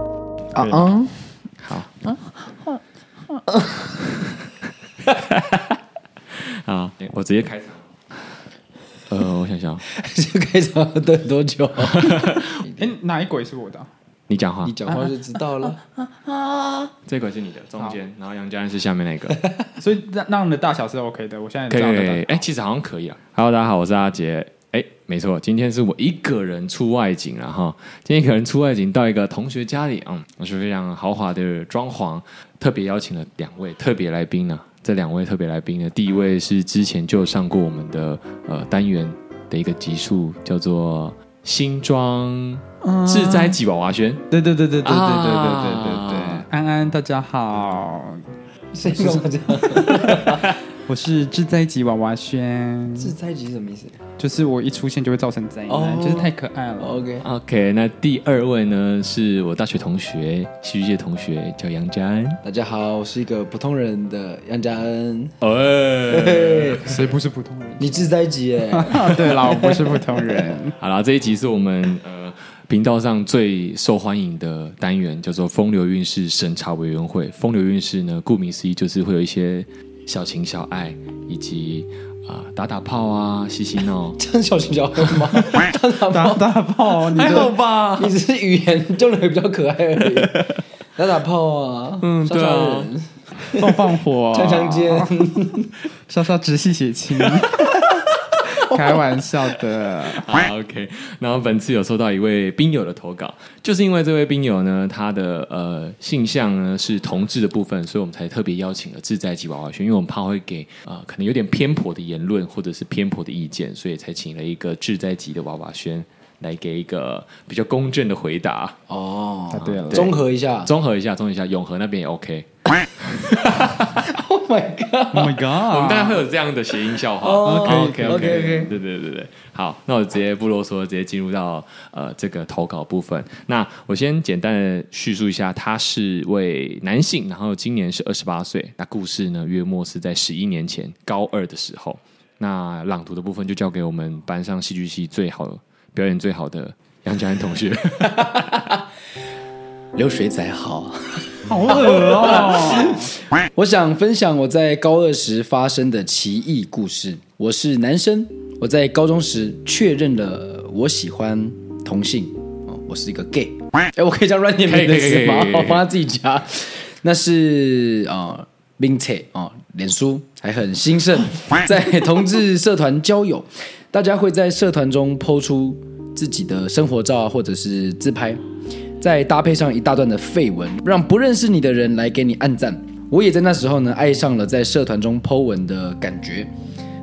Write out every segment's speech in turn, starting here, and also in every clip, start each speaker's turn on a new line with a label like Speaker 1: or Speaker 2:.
Speaker 1: 哦哦，
Speaker 2: 好
Speaker 1: 好，我直接开场。呃，我想想，
Speaker 3: 就开场要等多久？
Speaker 2: 哎，哪一轨是我的啊？
Speaker 1: 你讲话
Speaker 3: 你，讲话就知道了。
Speaker 1: 这个是你的中间，然后杨家人是下面那个，
Speaker 2: 所以让让的大小是 OK 的。我现 在
Speaker 1: 可以
Speaker 2: 知
Speaker 1: 可
Speaker 2: 道
Speaker 1: 以。可以
Speaker 2: 的。
Speaker 1: 哎，其实好像可以啊。Hello，大家好，我是阿杰。哎，没错，今天是我一个人出外景了哈。今天一个人出外景到一个同学家里，嗯，我是非常豪华的装潢，特别邀请了两位特别来宾呢、这两位特别来宾呢，第一位是之前就上过我们的呃单元的一个集数，叫做新庄志哉吉娃娃轩。
Speaker 2: 对对对对对对对对对对对
Speaker 1: 啊。
Speaker 2: 安安，大家好，
Speaker 3: 谁跟我讲？
Speaker 2: 我是志在吉娃娃轩，
Speaker 3: 是猜集什么意思
Speaker 2: 就是我一出现就会造成灾
Speaker 3: 哦
Speaker 2: 难，就是太可爱了。
Speaker 3: ？OK，
Speaker 1: OK，那第二位呢是我大学同学，戏剧界同学，叫杨家安。
Speaker 3: 大家好，我是一个普通人的杨家恩。
Speaker 1: 哎，
Speaker 3: 嘿
Speaker 2: 谁不是普 通人？
Speaker 3: 你自在集耶？。
Speaker 1: 啊
Speaker 2: 对啦，我不是普通 人。
Speaker 1: 好啦，这一集是我们呃频道上最受欢迎的单元，叫做“风流韵事审查委员会”。风流韵事呢，顾名思义就是会有一些小情小爱，以及啊、打打炮啊、嬉嬉闹
Speaker 3: 这样小心小爱吗？
Speaker 2: 打打炮，你
Speaker 1: 还好
Speaker 2: 就
Speaker 1: 吧？
Speaker 3: 你只是语言用的比较可爱而已。打打炮啊，
Speaker 1: 嗯
Speaker 3: 杀杀
Speaker 1: 对啊
Speaker 3: 人，
Speaker 2: 放放火，
Speaker 3: 强强奸，
Speaker 2: 稍稍直系 血亲，开玩笑的。
Speaker 1: 好，OK。然啊后本次有收到一位兵友的投稿，就是因为这位兵友呢，他的呃性向呢是同志的部分，所以我们才特别邀请了志在吉娃娃轩，因为我们怕会给呃可能有点偏颇的言论或者是偏颇的意见，所以才请了一个志在吉的娃娃轩来给一个比较公正的回答。
Speaker 2: 啊，
Speaker 3: 哦，
Speaker 2: 对了，
Speaker 3: 综合一下。
Speaker 1: 综合一下，综合一下，永和那边也 OK。
Speaker 3: Oh my god！
Speaker 2: Oh my god！
Speaker 1: 我们大概会有这样的谐音笑话。
Speaker 3: 哦
Speaker 1: OK
Speaker 3: OK，OK
Speaker 1: 对对对对，好，那我直接不啰嗦，直接进入到呃这个投稿部分。那我先简单的叙述一下，他是位男性，然后今年是二十八岁。那故事呢，约莫是在十一年前高二的时候。那朗读的部分就交给我们班上戏剧系最好表演最好的杨家安同 学。
Speaker 3: 流水仔好，
Speaker 2: 好恶 哦！
Speaker 3: 我想分享我在高二时发生的奇异故事。我是男生，我在高中时确认了我喜欢同性，哦，我是一个 gay。哎，我可以这样乱念名字
Speaker 1: 可
Speaker 3: 吗
Speaker 1: 以可以可以可以？
Speaker 3: 我帮他自己加。那是啊、呃，冰切啊，脸书还很兴盛，在同志社团交友，大家会在社团中抛出自己的生活照啊或者是自拍。再搭配上一大段的废文，让不认识你的人来给你按赞。我也在那时候呢，爱上了在社团中 Po 文的感觉。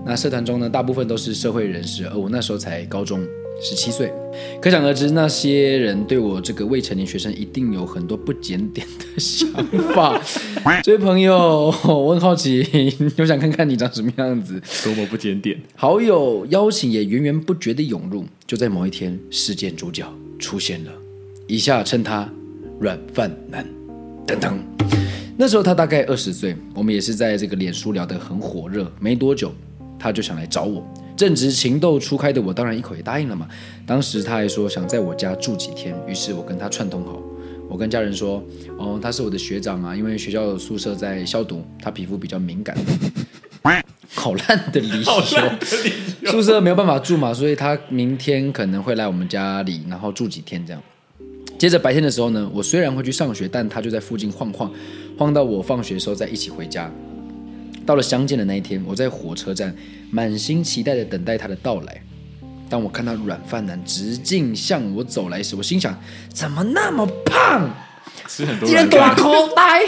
Speaker 3: 那社团中呢，大部分都是社会人士，而我那时候才高中，十七岁，可想而知，那些人对我这个未成年学生一定有很多不检点的 想法。这位朋友，我很好奇，我想看看你长什么样子。
Speaker 1: 多么不检点！
Speaker 3: 好友邀请也源源不绝的涌入。就在某一天，事件主角出现了，以下称他软饭男。等等，那时候他大概二十岁，我们也是在这个脸书聊得很火热，没多久他就想来找我。正值情窦初开的我，当然一口也答应了嘛。当时他还说想在我家住几天，于是我跟他串通好。我跟家人说，哦，他是我的学长啊，因为学校的宿舍在消毒，他皮肤比较敏感。 好烂的理由， 宿舍没有办法住嘛，所以他明天可能会来我们家里，然后住几天这样。接着白天的时候呢，我虽然会去上学，但他就在附近晃晃，晃到我放学的时候再一起回家。到了相见的那一天，我在火车站满心期待的等待他的到来。当我看到软饭男直径向我走来时，我心想：怎么那么胖？
Speaker 1: 吃很多
Speaker 3: 竟然
Speaker 1: 软
Speaker 3: 短
Speaker 1: 饭，
Speaker 3: 口袋，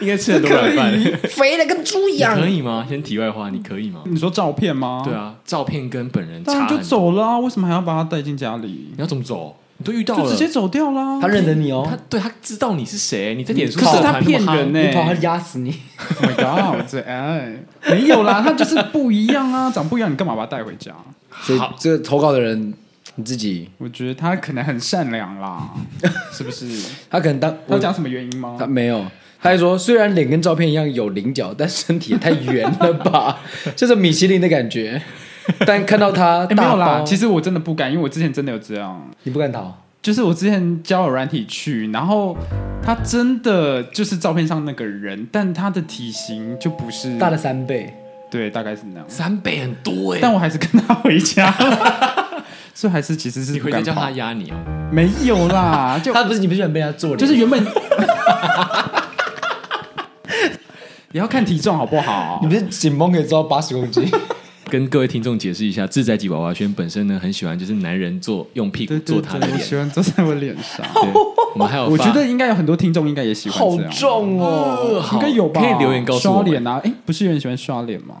Speaker 1: 应该吃很多软饭。你
Speaker 3: 肥的跟猪一样。
Speaker 1: 可以吗？先题外话，你可以吗？
Speaker 2: 你说照片吗？
Speaker 1: 对，啊，照片跟本人
Speaker 2: 哦当
Speaker 1: 差
Speaker 2: 然就
Speaker 1: 很多。
Speaker 2: 走啊啦，为什么还要把他带进家里？
Speaker 1: 你要怎么走？你都遇到
Speaker 2: 就
Speaker 1: 了，
Speaker 2: 直接走掉啦。
Speaker 3: 他认得你哦
Speaker 1: 他，对他知道你是谁，你在脸书
Speaker 2: 可是
Speaker 1: 上
Speaker 2: 他骗人欸呢、
Speaker 3: 你跑他压死你。
Speaker 2: Oh my god！最爱没有啦，他就是不一样啊，长不一样，你干嘛把他带回家？
Speaker 3: 所以
Speaker 1: 好
Speaker 3: 这个投稿的人你自己，
Speaker 2: 我觉得他可能很善良啦，是 不是？
Speaker 3: 他可能当
Speaker 2: 他
Speaker 3: 我
Speaker 2: 讲什么原因吗
Speaker 3: 他？没有，他还说虽然脸跟照片一样有棱角，但身体也太圆了吧， 就是米其林的感觉。但看到他
Speaker 2: 哎、没
Speaker 3: 大
Speaker 2: 有啦，
Speaker 3: 包，
Speaker 2: 其
Speaker 3: 实
Speaker 2: 实我真的不敢，因为我之前真的有这样，
Speaker 3: 你不敢逃，
Speaker 2: 就是我之前交友软体去，然后他真的就是照片上那个人，但他的体型就不是
Speaker 3: 大了三倍，
Speaker 2: 对，大概是那样。
Speaker 1: 三倍很多哎、
Speaker 2: 但我还是跟他回家， 所以还是其实是
Speaker 1: 你
Speaker 2: 不
Speaker 1: 回家
Speaker 2: 敢
Speaker 1: 叫
Speaker 2: 跑
Speaker 1: 他压你哦，
Speaker 2: 没有啦，就
Speaker 3: 他不是你不是很被他做的，
Speaker 2: 就是原本也要看体重好不好
Speaker 3: 你？不是紧绷可以做到八十公斤，
Speaker 1: 跟各位听众解释一下，自在吉娃娃轩本身呢很喜欢就是男人坐用屁股
Speaker 2: 对对
Speaker 1: 坐他的
Speaker 2: 对，我
Speaker 1: 脸，
Speaker 2: 喜欢坐在我脸上。
Speaker 1: 对我们还有
Speaker 2: 我
Speaker 1: 发
Speaker 2: 觉得应该有很多听众应该也喜欢
Speaker 3: 好
Speaker 2: 这样，
Speaker 3: 重 哦！
Speaker 1: 好
Speaker 2: 应该有吧？
Speaker 1: 啊可以留言告诉我
Speaker 2: 刷
Speaker 1: 们
Speaker 2: 脸啊！哎，不是有人喜欢刷脸吗？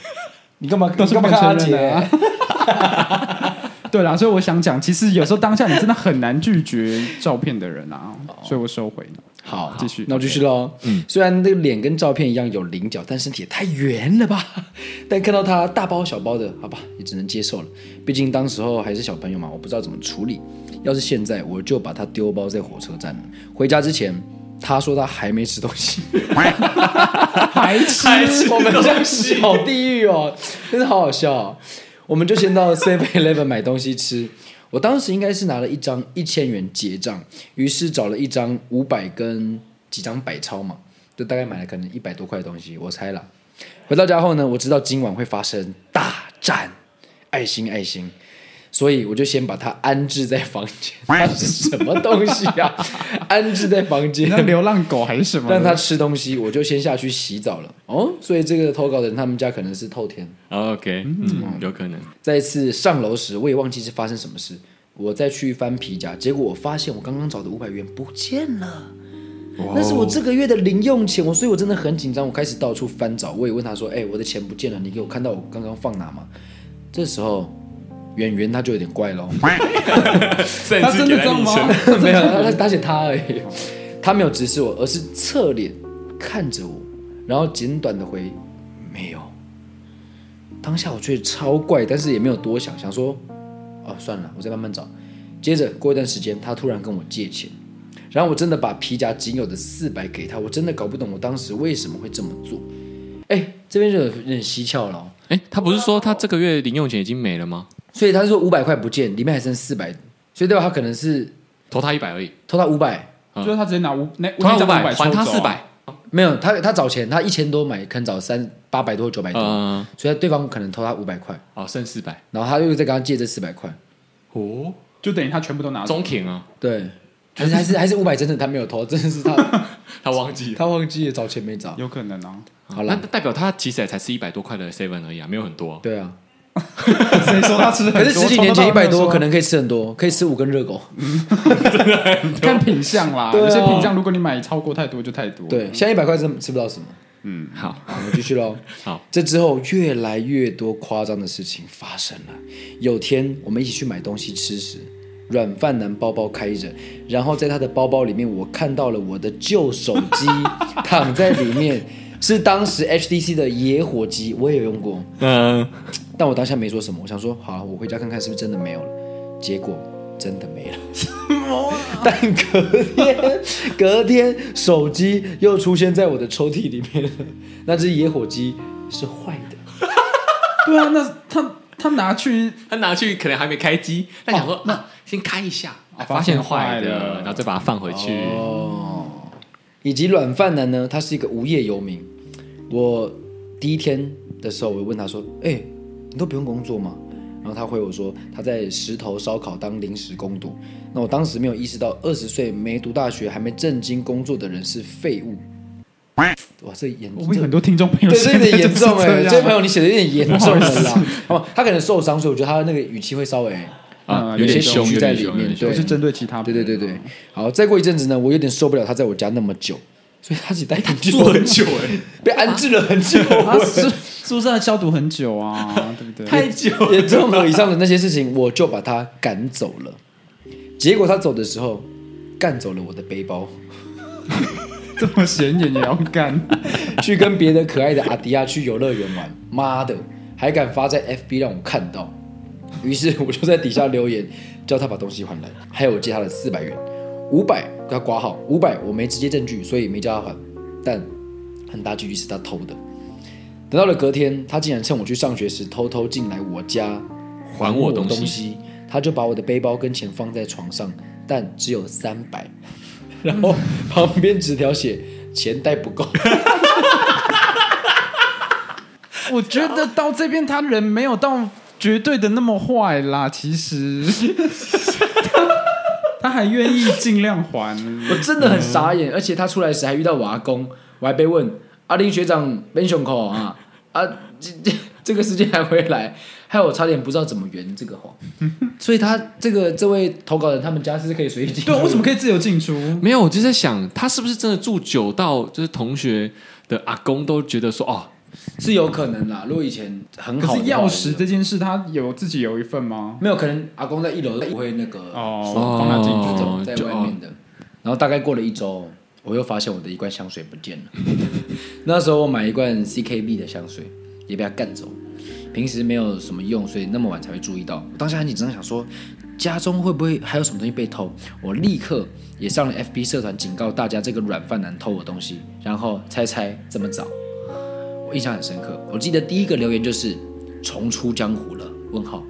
Speaker 3: 你干嘛？
Speaker 2: 都
Speaker 3: 你
Speaker 2: 是
Speaker 3: 干嘛
Speaker 2: 不
Speaker 3: 看阿
Speaker 2: 承认
Speaker 3: 杰
Speaker 2: 的、啊？。 对啦，所以我想讲，其实有时候当下你真的很难拒绝照片的人啊，
Speaker 1: 哦
Speaker 2: 所以我收回了。
Speaker 3: 好，
Speaker 2: 继续
Speaker 3: 那我继续喽。嗯，虽然那个脸跟照片一样有棱角，但身体也太圆了吧？ 但看到他大包小包的，好吧，也只能接受了。毕竟当时候还是小朋友嘛，我不知道怎么处理。要是现在，我就把他丢包在火车站了。回家之前，他说他还没吃东西，
Speaker 2: 白痴，
Speaker 3: 我们这样小地狱哦，真是好好笑、哦。我们就先到 Seven Eleven 买东西吃。我当时应该是拿了一张一千元结账，于是找了一张五百跟几张百钞嘛，就大概买了可能一百多块的东西，我猜啦。回到家后呢，我知道今晚会发生大战，爱心爱心，所以我就先把它安置在房间。它是什么东西 啊？安置在房间，
Speaker 2: 那流浪狗还是什么？
Speaker 3: 让他吃东西，我就先下去洗澡了。哦，所以这个投稿的人他们家可能是透天。
Speaker 1: 哦 OK，嗯，有可能
Speaker 3: 再一次上楼时，我也忘记是发生什么事。我再去翻皮夹，结果我发现我刚刚找的五百元不见了。那是我这个月的零用钱，我所以我真的很紧张，我开始到处翻找。我也问他说：“哎、我的钱不见了，你给我看到我刚刚放哪吗？”这时候，圆圆他就有点怪喽。
Speaker 1: 甚
Speaker 2: 他真的这样吗？
Speaker 3: 没有，他他写他而已，他没有直视我，而是侧脸看着我，然后简短的回没有。当下我觉得超怪，但是也没有多想，想说哦算了，我再慢慢找。接着过一段时间，他突然跟我借钱，然后我真的把皮夹仅有的四百给他，我真的搞不懂我当时为什么会这么做。哎，这边就有点蹊跷了哦、
Speaker 1: 哎，他不是说他这个月零用钱已经没了吗？
Speaker 3: 所以他说五百块不见，里面还剩四百，所以对吧？他可能是
Speaker 1: 投他一百而已，
Speaker 3: 偷他五百，
Speaker 2: 就是他直接拿五那
Speaker 1: 投他五
Speaker 2: 五
Speaker 1: 百，还他四，
Speaker 2: 抽走啊
Speaker 1: 百，
Speaker 3: 没有，他他找钱，他一千多买，可能找三八百多九百多，
Speaker 1: 嗯，
Speaker 3: 所以对方可能偷他五百块，
Speaker 1: 哦，剩四百，
Speaker 3: 然后他又再跟他借这四百块，
Speaker 1: 哦，
Speaker 2: 就等于他全部都拿走。
Speaker 1: 中庭啊，
Speaker 3: 对，还是 还是还是五百真的他没有偷， 真的是他
Speaker 1: 他忘记了，
Speaker 3: 他忘记了找钱没找，
Speaker 2: 有可能啊，
Speaker 3: 好
Speaker 1: 那
Speaker 3: 了，
Speaker 1: 代表他其实也才吃一百多块的 seven 而已啊，没有很多啊。
Speaker 3: 对啊，
Speaker 2: 谁说他吃很多？
Speaker 3: 可是十几年
Speaker 2: 从头
Speaker 3: 前一
Speaker 2: 到尾
Speaker 3: 百
Speaker 2: 没有
Speaker 3: 多
Speaker 2: 说
Speaker 3: 可能可以吃很多，可以吃五根热狗，
Speaker 2: 看品相啦。
Speaker 3: 对啊
Speaker 2: 有些品相如果你买超过太多就太多。
Speaker 3: 对，现在一百块真的吃不到什么。
Speaker 2: 嗯，
Speaker 1: 好，
Speaker 3: 好，我继续喽。
Speaker 1: 好，
Speaker 3: 这之后越来越多夸张的事情发生了。有天我们一起去买东西吃时，软饭男包包开着，然后在他的包包里面，我看到了我的旧手机躺在里面，是当时 HTC 的野火机，我也有用过，
Speaker 1: 嗯，
Speaker 3: 但我当下没说什么，我想说好，我回家看看是不是真的没有了。结果真的没了。 但隔天，隔天手机又出现在我的抽屉里面了。那只野火机是坏的，
Speaker 2: 对啊，那他他拿去
Speaker 1: 他拿去可能还没开机，他想说那先开一下，啊
Speaker 2: 哦
Speaker 1: 发现
Speaker 2: 发现坏
Speaker 1: 的
Speaker 2: 了，
Speaker 1: 然后再把它放回去。
Speaker 3: 哦以及软饭男呢，他是一个无业游民。我第一天的时候，我问他说：“哎、你都不用工作吗？”然后他回我说：“他在石头烧烤当临时工读。”那我当时没有意识到，二十岁没读大学、还没正经工作的人是废物。哇，这严
Speaker 2: 我
Speaker 3: 重。
Speaker 2: 们有很多听众朋友
Speaker 3: 对，这有
Speaker 2: 现在
Speaker 3: 点严
Speaker 2: 就是
Speaker 3: 重哎、
Speaker 2: 这
Speaker 3: 欸，
Speaker 2: 样
Speaker 3: 这位朋友你写的有点严重了 啦。哦，他可能受伤，所以我觉得他那个语气会稍微，
Speaker 1: 啊，
Speaker 2: 嗯
Speaker 1: 有
Speaker 3: 有
Speaker 1: 点
Speaker 3: 些
Speaker 1: 凶，
Speaker 3: 情绪
Speaker 1: 有
Speaker 3: 在
Speaker 1: 点
Speaker 3: 里
Speaker 1: 凶，有
Speaker 3: 面
Speaker 1: 点凶。
Speaker 2: 不是针对
Speaker 1: 啊
Speaker 2: 其他。
Speaker 3: 对对对
Speaker 1: 嗯
Speaker 3: 对。。好，再过一阵子呢，我有点受不了他在我家那么久， 所以他只待很久，
Speaker 1: 坐很久哎，
Speaker 3: 被安置了 很久。
Speaker 2: 啊，宿宿舍消毒很久啊，对不对？
Speaker 1: 太久了。
Speaker 3: 也综合以上的那些事情，我就把他赶走了。结果他走的时候，干走了我的背包，
Speaker 2: 这么显眼也要干，
Speaker 3: 去跟别的可爱的阿迪亚去游乐园玩。妈的，还敢发在 FB 让我看到。于是我就在底下留言， 叫他把东西还来，还有我借他的四百元，五百他挂号，五百我没直接证据，所以没叫他还，但很大几率是他偷的。等到了隔天，他竟然趁我去上学时偷偷进来我家
Speaker 1: 还我
Speaker 3: 我
Speaker 1: 东西
Speaker 3: 西，他就把我的背包跟钱放在床上，但只有三百， 然后旁边纸条写钱带不够。
Speaker 2: 我觉得到这边他人没有到绝对的那么坏啦，其实 他他还愿意尽量还。
Speaker 3: 我真的很傻眼，而且他出来时还遇到我阿公，我还被问阿林学长没胸口啊啊， 这这这个时间还回来，害我差点不知道怎么圆这个谎。所以他这个这位投稿人，他们家是可以随意进出
Speaker 2: 对，啊为什么可以自由进出？
Speaker 1: 没有，我就在想，他是不是真的住久到，就是同学的阿公都觉得说，哦，
Speaker 3: 是有可能啦？如果以前很
Speaker 2: 可
Speaker 3: 好
Speaker 2: 是
Speaker 3: 的话
Speaker 2: 钥匙这件事，他有自己有一份吗？
Speaker 3: 没有，可能阿公在一楼不会那个
Speaker 2: 哦
Speaker 3: 说
Speaker 2: 放他进去
Speaker 3: 就
Speaker 1: 哦
Speaker 3: 在
Speaker 1: 就
Speaker 3: 外面的。然后大概过了一周，我又发现我的一罐香水不见了。 那时候我买一罐 CKB 的香水，也被他干走。平时没有什么用，所以那么晚才会注意到。我当下很紧张，想说家中会不会还有什么东西被偷？我立刻也上了 FB 社团警告大家，这个软饭男偷我东西。然后猜猜怎么找？我印象很深刻，我记得第一个留言就是“重出江湖了”问号。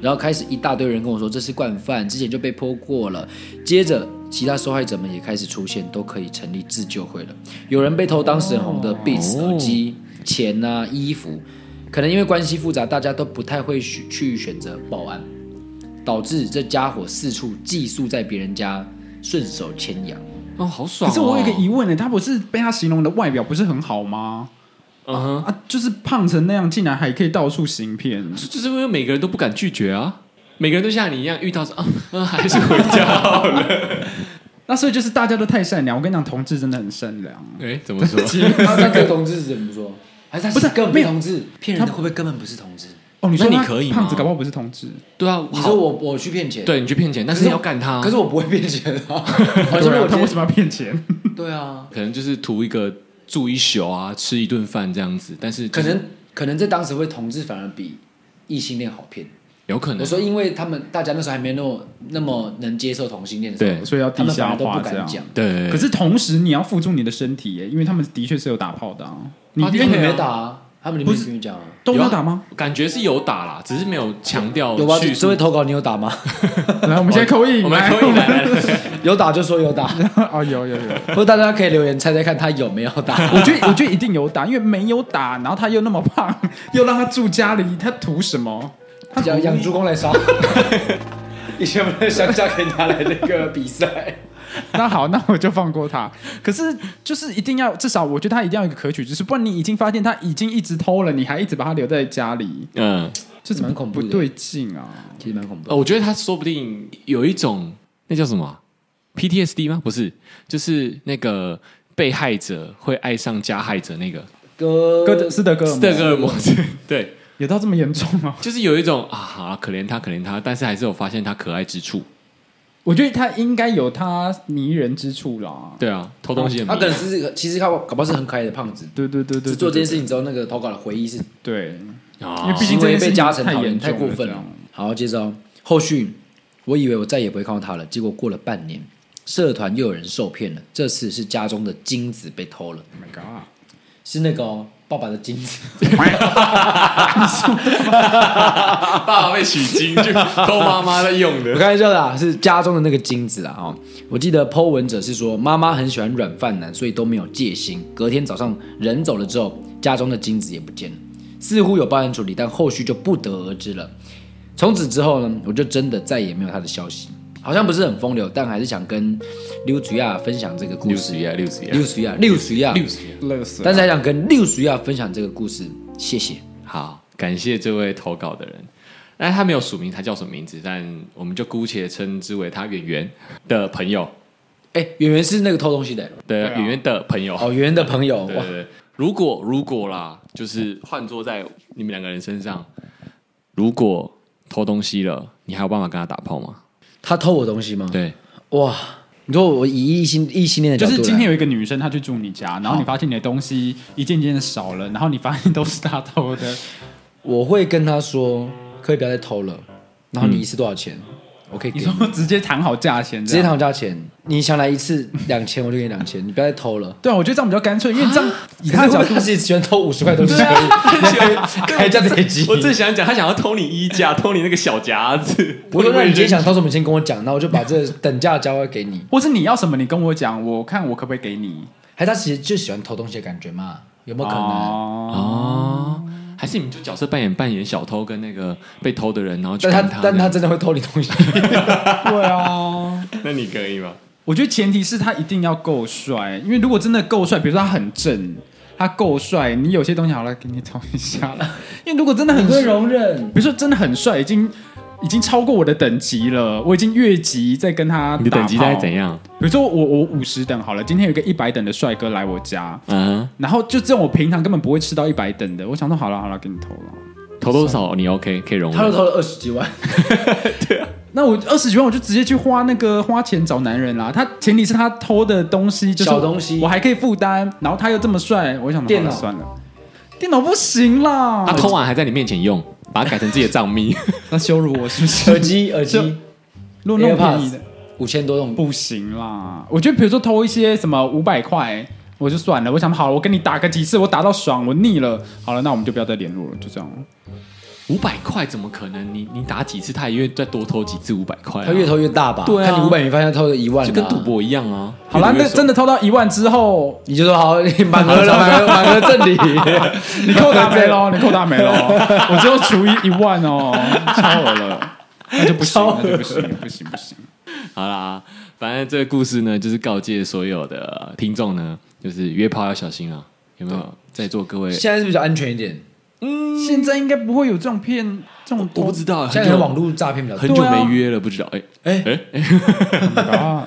Speaker 3: 然后开始一大堆人跟我说这是惯犯，之前就被泼过了。接着其他受害者们也开始出现，都可以成立自救会了。有人被偷当时很红的 Beats 耳机、钱啊、衣服，可能因为关系复杂，大家都不太会去去选择报案，导致这家伙四处寄宿在别人家，顺手牵 羊。
Speaker 1: 哦，好爽、
Speaker 2: 可
Speaker 3: 啊
Speaker 1: 哦。
Speaker 2: 是我有一个疑问呢、他不是被他形容的外表不是很好吗？
Speaker 1: 嗯哼，
Speaker 2: 啊，就是胖成那样，竟然还可以到处行骗。
Speaker 1: 就是因为每个人都不敢拒绝啊，每个人都像你一样遇到说啊，啊还是回家好了。
Speaker 2: 那所以就是大家都太善良。我跟你讲，同志真的很善良。
Speaker 1: 哎，怎么说？
Speaker 3: 那那个同志怎么说？还是他
Speaker 2: 不是
Speaker 3: 根本
Speaker 2: 没
Speaker 3: 不
Speaker 2: 有
Speaker 3: 同志？骗人的会不会根本不是同志？
Speaker 2: 哦，你说
Speaker 1: 那你
Speaker 2: 他
Speaker 1: 可以吗
Speaker 2: 胖子搞不好不是同志，
Speaker 1: 对啊，
Speaker 3: 你
Speaker 1: 好
Speaker 3: 说我我去骗钱？，
Speaker 1: 对你去骗钱，但
Speaker 3: 可
Speaker 1: 是
Speaker 3: 是
Speaker 1: 要干他，
Speaker 3: 可是我不会骗钱啊。 好像
Speaker 2: 对
Speaker 3: 如
Speaker 2: 啊
Speaker 3: 果
Speaker 2: 他为
Speaker 3: 骗
Speaker 2: 什么要骗钱？
Speaker 3: 对啊，
Speaker 1: 可能就是图一个住一宿啊，吃一顿饭这样子，但是就
Speaker 3: 可
Speaker 1: 是
Speaker 3: 能可能在当时会同志反而比异性恋好骗。
Speaker 1: 有可能
Speaker 3: 我说，因为他们大家那时候还没那么那么能接受同性恋的时候，
Speaker 1: 对
Speaker 2: 所以要
Speaker 3: 他
Speaker 2: 地
Speaker 3: 们反
Speaker 2: 下
Speaker 3: 而都
Speaker 2: 化
Speaker 3: 不
Speaker 2: 这
Speaker 3: 敢
Speaker 2: 样。
Speaker 3: 讲。
Speaker 1: 对，
Speaker 2: 可是同时你要付出你的身体耶，因为他们的确是有打炮的啊。你
Speaker 1: 啊
Speaker 3: 因
Speaker 2: 愿
Speaker 3: 为
Speaker 2: 意
Speaker 3: 你
Speaker 1: 对
Speaker 3: 没打啊，他们里面没有讲啊。
Speaker 2: 都没有打吗？
Speaker 1: 感觉是有打啦，只是没有强调
Speaker 3: 有吧？
Speaker 1: 去
Speaker 3: 这位投稿你有打吗？
Speaker 2: 来，我们现在扣印，
Speaker 1: 啊我们可以来来来
Speaker 3: 有打就说有打，
Speaker 2: 哦，有有有，
Speaker 3: 不过大家可以留言猜猜看他有没有打。
Speaker 2: 我觉得我觉得一定有打，因为没有打，然后他又那么胖，又让他住家里，他图什么？他
Speaker 3: 养养猪公来杀。以前我们在乡下可以拿来那个比赛，
Speaker 2: 那好，那我就放过他。可是就是一定要，至少我觉得他一定要有一个可取之处，不然你已经发现他已经一直偷了，你还一直把他留在家里，
Speaker 1: 嗯，
Speaker 2: 这怎么
Speaker 3: 蛮恐怖
Speaker 2: 不
Speaker 3: 的
Speaker 2: 对劲啊！
Speaker 3: 其实蛮恐怖的。
Speaker 1: 呃我觉得他说不定有一种那叫什么啊 PTSD 吗？不是，就是那个被害者会爱上加害者那个
Speaker 3: 哥
Speaker 2: 哥德斯德哥尔摩
Speaker 1: 斯德哥尔摩症，对，
Speaker 2: 有到这么严重吗？
Speaker 1: 就是有一种啊，好啊可怜他，可怜他，但是还是有发现他可爱之处。
Speaker 2: 我觉得他应该有他迷人之处啦。
Speaker 1: 对啊，偷东西的迷
Speaker 3: 他可能是个其实他搞不好是很可爱的胖子，
Speaker 2: 对对对对，
Speaker 3: 只做这件事情之后，那个投稿的回忆是
Speaker 2: 对，因为
Speaker 1: 啊
Speaker 2: 毕竟
Speaker 3: 行
Speaker 2: 这
Speaker 3: 哦为
Speaker 2: 件事
Speaker 3: 被
Speaker 2: 情
Speaker 3: 加成讨厌，
Speaker 2: 严
Speaker 3: 太
Speaker 2: 重
Speaker 3: 过
Speaker 2: 了
Speaker 3: 分
Speaker 2: 这样
Speaker 3: 了。好，接着、哦、后续，我以为我再也不会看到他了，结果过了半年，社团又有人受骗了。这次是家中的金子被偷了，
Speaker 2: Oh my god！
Speaker 3: 是那个、哦、爸爸的金子，
Speaker 1: 爸爸被取经就偷妈妈在用
Speaker 3: 我
Speaker 1: 的。
Speaker 3: 开玩笑的、啊，是家中的那个金子啊！哦，我记得 Po 文者是说妈妈很喜欢软饭男，所以都没有戒心。隔天早上人走了之后，家中的金子也不见了，似乎有报案处理，但后续就不得而知了。从此之后呢，我就真的再也没有他的消息。好像不是很风流，但还是想跟六祖亚分享这个故
Speaker 1: 六
Speaker 3: 事
Speaker 1: 十。一啊，六十一啊，
Speaker 3: 六祖亚，六祖亚，
Speaker 1: 六十一啊。
Speaker 2: 乐死了！
Speaker 3: 但是还想跟六祖亚分享这个故事。谢谢。
Speaker 1: 好，感谢这位投稿的人。但他没有署名，他叫什么名字？但我们就姑且称之为他演员的朋友
Speaker 3: 哎，圆圆是那个偷东西的
Speaker 1: 的
Speaker 2: 对啊
Speaker 1: 演员的朋友。
Speaker 3: 哦，圆圆的朋友
Speaker 1: 对
Speaker 3: 哇
Speaker 1: 对，对，如果如果啦，就是换做在你们两个人身上，如果偷东西了，你还有办法跟他打炮吗？
Speaker 3: 他偷我东西吗？
Speaker 1: 对，
Speaker 3: 哇，你说我以异性异性恋的
Speaker 2: 就
Speaker 3: 角度
Speaker 2: 是
Speaker 3: 来，
Speaker 2: 今天有一个女生，她去住你家，然后你发现你的东西一件一件的少了，然后你发现都是她偷的，
Speaker 3: 我会跟他说，可以不要再偷了。然后你一次多少钱？我可以给
Speaker 2: 嗯你
Speaker 3: 你，
Speaker 2: 说直接谈好价钱，
Speaker 3: 直接。谈价钱，你想来一次两千，我就给你两千，你不要再偷了。
Speaker 2: 对啊，我觉得这样比较干脆，因为这样以
Speaker 3: 啊可
Speaker 2: 他
Speaker 3: 是
Speaker 2: 的
Speaker 3: 啊
Speaker 2: 啊角度
Speaker 3: 他，是喜欢偷五十块东西而已，开价累
Speaker 2: 啊
Speaker 3: 积。
Speaker 1: 我正想讲，他想要偷你衣架，偷你那个小夹子。
Speaker 3: 我说那你今天想偷什么，先跟我讲，那我就把这等价交换给你。
Speaker 2: 或是你要什么，你跟我讲，我看我可不可以给你。
Speaker 3: 还是他其实就喜欢偷东西的感觉嘛？有没有可能？
Speaker 2: 哦，
Speaker 1: 哦，还是你们就角色扮演扮演小偷跟那个被偷的人，然后去
Speaker 3: 但他
Speaker 1: 看他。
Speaker 3: 但他真的会偷你 东西，
Speaker 2: 对啊。
Speaker 1: 那你可以吗？
Speaker 2: 我觉得前提是他一定要够帅，因为如果真的够帅，比如说他很正，他够帅，你有些东西好了给你偷一下了。因为如果真的很帅，
Speaker 3: 容忍。
Speaker 2: 比如说真的很帅，已经已经超过我的等级了，我已经越级在跟他
Speaker 1: 你的等级大
Speaker 2: 在
Speaker 1: 概怎？样？
Speaker 2: 比如说我我五十等好了，今天有一个一百等的帅哥来我家，
Speaker 1: 嗯，
Speaker 2: 然后就这种我平常根本不会吃到一百等的，我想说好了好了给你投了。
Speaker 1: 投多少你 OK 可以容
Speaker 3: 他都
Speaker 1: 忍？
Speaker 3: 偷了二十几万，
Speaker 2: 那我二十几万，我就直接去花那个花钱找男人啦。他前提是他偷的东西就是
Speaker 3: 小东西
Speaker 2: 我还可以负担。然后他又这么帅，我想
Speaker 3: 电脑
Speaker 2: 好了算了，电脑不行啦，
Speaker 1: 他偷完还在你面前用，把它改成自己的账 密。
Speaker 2: 那羞辱我是不
Speaker 3: 耳
Speaker 2: 是？
Speaker 3: 机耳
Speaker 2: 就
Speaker 3: 机
Speaker 2: 如果那么便宜的
Speaker 3: 五千多那种，
Speaker 2: 不行啦。我觉得比如说偷一些什么五百块，我就算了。我想好了，我跟你打个几次，我打到爽，我腻了，好了，那我们就不要再联络了，就这样。
Speaker 1: 五百块怎么可能？你你打几次，他也愿意再多偷几次五百块、啊。
Speaker 3: 他越偷越大吧？
Speaker 1: 对啊
Speaker 3: 看你五百，你发现他偷了一万啊，
Speaker 1: 就跟赌博一样啊。
Speaker 2: 好啦，
Speaker 1: 越赌
Speaker 2: 那
Speaker 1: 越爽
Speaker 2: 真的偷到一万之后，
Speaker 3: 你就说好，你满额了，满额满额赠 你，
Speaker 2: 你扣大没喽，你扣大没喽，我只有除以一万哦，超额了，那就不行，
Speaker 3: 超额
Speaker 2: 那就不行，不行不行。
Speaker 1: 好啦，反正这个故事呢，就是告诫所有的听众呢，就是约炮要小心啊，有没有？在座各位，
Speaker 3: 现在是比较安全一点，
Speaker 2: 现在应该不会有这种骗，这种
Speaker 1: 我不知道，
Speaker 3: 现
Speaker 1: 很
Speaker 3: 在
Speaker 1: 久
Speaker 3: 网络诈骗比较多
Speaker 1: 很。久
Speaker 2: 对啊
Speaker 1: 没约了，不知道。哎、
Speaker 3: 哎，
Speaker 2: 啊。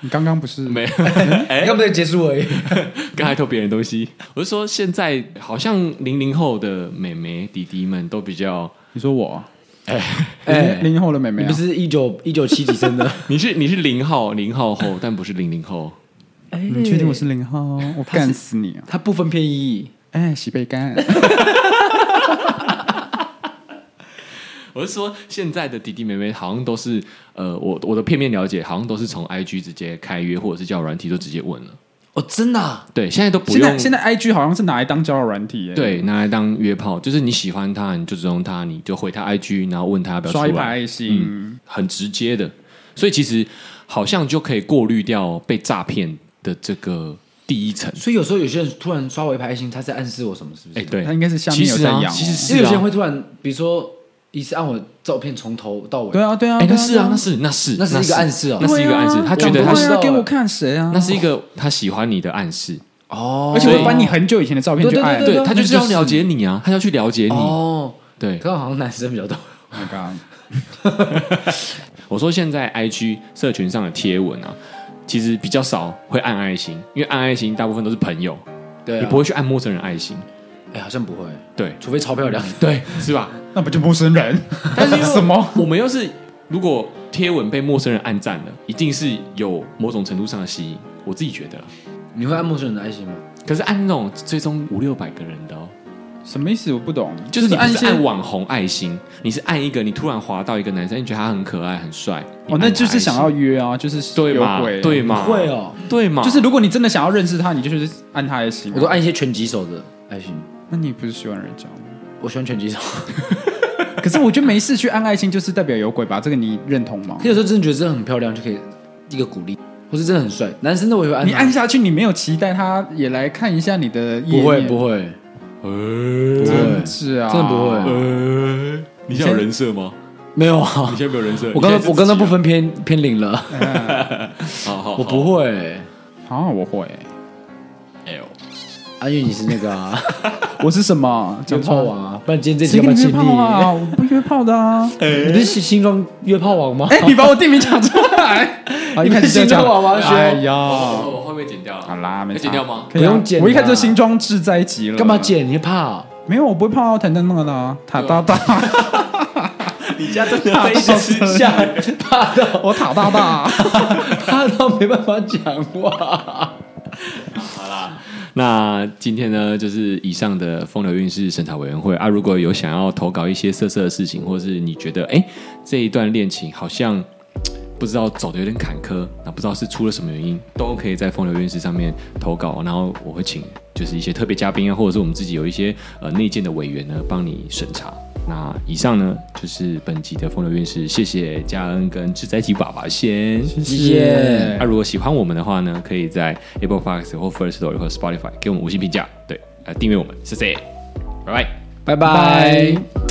Speaker 2: 你刚刚不是
Speaker 1: 没有，
Speaker 3: 你看不对，结束而已。
Speaker 1: 刚才偷别人东西。我是说，现在好像零零后的美眉弟弟们都比较，
Speaker 2: 你说我？
Speaker 3: 哎
Speaker 2: 哎，零零后的妹妹啊
Speaker 3: 你不是一九一九七几生 的？
Speaker 1: 你是你是零号零号后， 但不是零零后。
Speaker 3: 哎
Speaker 2: 你确定我是零号？我干死你啊！
Speaker 3: 他不分偏一，
Speaker 2: 哎，洗被干。
Speaker 1: 我是说，现在的弟弟妹妹好像都是，呃，我我的片面了解，好像都是从 IG 直接开约，或者是叫软体就直接问了。
Speaker 3: 哦，真的啊
Speaker 1: 对，现在都不
Speaker 2: 现在
Speaker 1: 用。
Speaker 2: 现在 IG 好像是拿来当交友软体耶，，
Speaker 1: 对，拿来当约炮，就是你喜欢他，你就用他，你就回他 IG，然后问他要不要出
Speaker 2: 刷一排
Speaker 1: 来，
Speaker 2: 爱心。
Speaker 1: 很直接的。所以其实好像就可以过滤掉被诈骗的这个第一层。
Speaker 3: 所以有时候有些人突然刷我一排爱心，他在暗示我什么？是不是？
Speaker 1: 哎，对，
Speaker 2: 他应该是下面
Speaker 1: 其
Speaker 2: 有
Speaker 1: 实
Speaker 2: 在
Speaker 1: 啊
Speaker 2: 养哦，
Speaker 1: 其实是
Speaker 3: 因为有
Speaker 1: 啊
Speaker 3: 些人会突然，比如说一次按我照片从头到尾，
Speaker 2: 对啊，对啊，
Speaker 1: 哎，
Speaker 2: 对
Speaker 1: 那是啊，那是那是
Speaker 3: 那是一个暗示哦
Speaker 1: 那是一个暗示
Speaker 2: 对啊。
Speaker 1: 他觉得他
Speaker 2: 赶快
Speaker 1: 是
Speaker 2: 啊给我看谁啊？
Speaker 1: 那是一个他喜欢你的暗示，
Speaker 3: 哦
Speaker 2: 而且
Speaker 1: 所以
Speaker 2: 我翻你很久以前的照片就哎哦爱。
Speaker 3: 对
Speaker 1: 对
Speaker 3: 啊
Speaker 1: 他就是
Speaker 3: 那
Speaker 1: 要
Speaker 3: 就是
Speaker 1: 了解你啊，他要去了解你。
Speaker 3: 哦，
Speaker 1: 对，
Speaker 3: 可好像男生比较多。
Speaker 2: Oh my god！
Speaker 1: 我说现在 IG 社群上的贴文啊，其实比较少会按爱心，因为按爱心大部分都是朋友，
Speaker 3: 对啊
Speaker 1: 你不会去按陌生人爱心，
Speaker 3: 哎，好像不会，
Speaker 1: 对
Speaker 3: 除非超漂亮。
Speaker 1: 对，是 吧？
Speaker 2: 那不就陌生人？
Speaker 1: 但是因为
Speaker 2: 什么？
Speaker 1: 我们又是如果贴文被陌生人按赞了，一定是有某种程度上的吸引，我自己觉得啦。
Speaker 3: 你会按陌生人的爱心吗？
Speaker 1: 可是按那种最终五六百个人的哦，
Speaker 2: 什么意思？我不懂。
Speaker 1: 就是你不
Speaker 2: 按一
Speaker 1: 是
Speaker 2: 些
Speaker 1: 按网红爱心，你是按一个你突然滑到一个男生，你觉得他很可爱很帅，你
Speaker 2: 哦，
Speaker 1: 按
Speaker 2: 那
Speaker 1: 他
Speaker 2: 就是想要
Speaker 1: 爱心
Speaker 2: 约啊，就是
Speaker 1: 对
Speaker 2: 有
Speaker 1: 嘛
Speaker 2: 鬼，
Speaker 1: 对嘛
Speaker 3: 会哦，
Speaker 1: 对嘛，
Speaker 2: 就是如果你真的想要认识他，你就去按他的心啊。
Speaker 3: 我都
Speaker 1: 哎
Speaker 3: 按一些拳击手的爱心，
Speaker 2: 那你不是喜欢人家吗？
Speaker 3: 我喜欢拳击手。
Speaker 2: 可是我觉得没事去按爱心，就是代表有鬼吧？这个你认同吗
Speaker 3: 可？有时候真的觉得真的很漂亮，就可以一个鼓励，或是真的很帅。男生的我也会
Speaker 1: 啊
Speaker 3: 按他，啊
Speaker 2: 你按下去，你没有期待他也来看一下你的页面，
Speaker 3: 不会不会，
Speaker 1: 呃
Speaker 3: 不会
Speaker 2: 真是啊，
Speaker 3: 真的不会
Speaker 1: 呃，你现在有人设吗？
Speaker 3: 没有啊
Speaker 1: 你。 现在没有人设？
Speaker 3: 我刚
Speaker 1: 你现在是
Speaker 3: 刚我刚刚
Speaker 1: 自
Speaker 3: 不
Speaker 1: 己
Speaker 3: 分偏偏零 了，
Speaker 1: 啊，好好，
Speaker 3: 我不
Speaker 1: 会。
Speaker 3: 会。
Speaker 2: 啊，我会，
Speaker 1: 哎呦
Speaker 3: 安玉，你是那个 啊，
Speaker 2: 我是什么？
Speaker 3: 约
Speaker 2: 讲
Speaker 3: 炮
Speaker 2: 错
Speaker 3: 王啊，不然今天这集
Speaker 2: 谁
Speaker 3: 要
Speaker 2: 跟
Speaker 3: 不
Speaker 2: 你
Speaker 3: 要
Speaker 2: 约
Speaker 3: 请
Speaker 2: 炮啊？
Speaker 3: 你？
Speaker 2: 我不约炮的啊！
Speaker 3: 你不是新新装约炮王吗？
Speaker 2: 哎，你把我店名讲出 来，
Speaker 3: 啊
Speaker 2: 一
Speaker 3: 你
Speaker 2: 开
Speaker 3: 不是
Speaker 2: 始就
Speaker 3: 新
Speaker 2: 讲
Speaker 3: 装娃娃
Speaker 2: 哎
Speaker 3: 修，
Speaker 2: 呀，
Speaker 1: 我后面剪掉了。
Speaker 2: 好啦，没
Speaker 1: 要
Speaker 2: 差
Speaker 1: 剪掉吗？
Speaker 2: 可以啊
Speaker 3: 不用剪啊
Speaker 2: 我一开始就新装置在一起了，
Speaker 3: 干嘛？剪？你会怕啊？
Speaker 2: 没有，我不会泡到坦荡荡的啊，塔哒哒，
Speaker 1: 你家真的被吃
Speaker 3: 吓 怕到
Speaker 2: 我塔哒哒。
Speaker 3: 怕到没办法讲话。
Speaker 1: 好啦，那今天呢，就是以上的风流韵事审查委员会啊，如果有想要投稿一些色色的事情，或是你觉得哎这一段恋情好像不知道走的有点坎坷，那不知道是出了什么原因，都可以在风流韵事上面投稿，然后我会请就是一些特别嘉宾啊，或者是我们自己有一些呃内建的委员呢，帮你审查。那以上呢就是本集的风流韵事，谢谢嘉恩跟志在吉爸爸先，谢
Speaker 3: 谢谢
Speaker 1: 那、如果喜欢我们的话呢，可以在 Apple Podcast 或 First Story 或 Spotify 给我们五星评价，对，呃，订阅我们，谢谢，拜拜。
Speaker 3: 拜拜